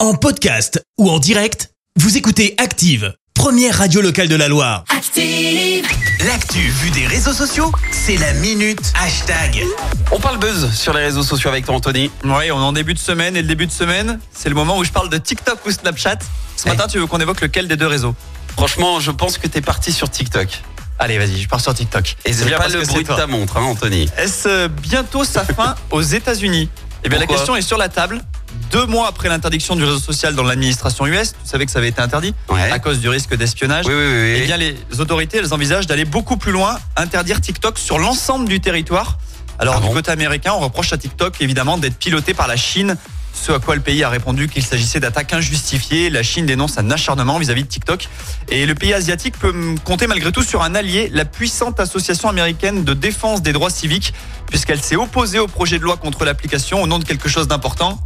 En podcast ou en direct, vous écoutez Active, première radio locale de la Loire. Active, L'actu vue des réseaux sociaux, c'est la minute hashtag. On parle buzz sur les réseaux sociaux avec toi Anthony. Ouais, on est en début de semaine et le début de semaine, c'est le moment où je parle de TikTok ou Snapchat. Ce matin, tu veux qu'on évoque lequel des deux réseaux Franchement, je pense que t'es parti sur TikTok. Allez, vas-y, je pars sur TikTok. Eh Et c'est bien pas parce le que bruit c'est de toi. ta montre, hein, Anthony. Est-ce euh, bientôt sa fin aux États-Unis Eh bien, la Pourquoi question est sur la table. Deux mois après l'interdiction du réseau social dans l'administration US, tu savais que ça avait été interdit Ouais. à cause du risque d'espionnage. Oui, oui, oui. Eh bien, les autorités, elles envisagent d'aller beaucoup plus loin, interdire TikTok sur l'ensemble du territoire. Alors, Ah du bon côté américain, on reproche à TikTok, évidemment, d'être piloté par la Chine. Ce à quoi le pays a répondu qu'il s'agissait d'attaques injustifiées. La Chine dénonce un acharnement vis-à-vis de TikTok. Et le pays asiatique peut hum, compter malgré tout sur un allié, la puissante association américaine de défense des droits civiques, puisqu'elle s'est opposée au projet de loi contre l'application au nom de quelque chose d'important,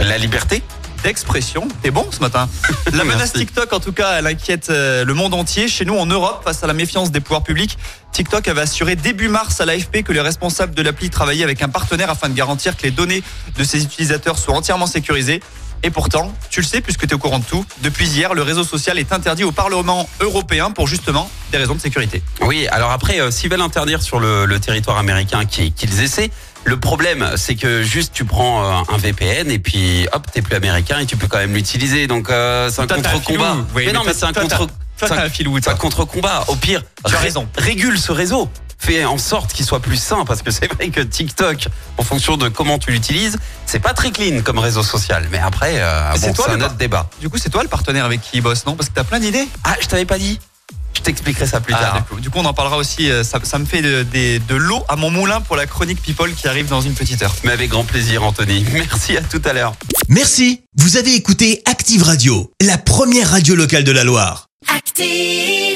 La liberté d'expression. T'es bon ce matin. La menace Merci. TikTok, en tout cas, elle inquiète euh, le monde entier. Chez nous, en Europe, face à la méfiance des pouvoirs publics, TikTok avait assuré début mars à l'AFP que les responsables de l'appli travaillaient avec un partenaire afin de garantir que les données de ses utilisateurs soient entièrement sécurisées. Et pourtant, tu le sais puisque tu es au courant de tout, depuis hier, le réseau social est interdit au Parlement européen pour justement des raisons de sécurité. Oui, alors après, euh, s'ils veulent interdire sur le, le territoire américain qui- qu'ils essaient, le problème, c'est que juste tu prends euh, un VPN et puis hop, t'es plus américain et tu peux quand même l'utiliser. Donc euh, c'est un Toi, t'as un contre-combat. filou. Oui, mais, mais non, toi- mais c'est un toi, t'as- contre. Toi, c'est un- t'as un filou, C'est toi. un contre-combat. Au pire, Tu as ré- raison. Régule ce réseau. Fais en sorte qu'il soit plus sain parce que c'est vrai que TikTok, en fonction de comment tu l'utilises, c'est pas très clean comme réseau social. Mais après, euh, C'est bon, toi c'est le un par- autre débat. Du coup, c'est toi le partenaire avec qui il bosse, non Parce que t'as plein d'idées. Ah, je t'avais pas dit. Je t'expliquerai ça plus Ah, tard. d'accord. Du coup, on en parlera aussi. euh, Ça, ça me fait de, des- de l'eau à mon moulin pour la chronique People qui arrive dans une petite heure. Mais avec grand plaisir, Anthony. Merci à tout à l'heure. Merci, vous avez écouté Active Radio, la première radio locale de la Loire. active.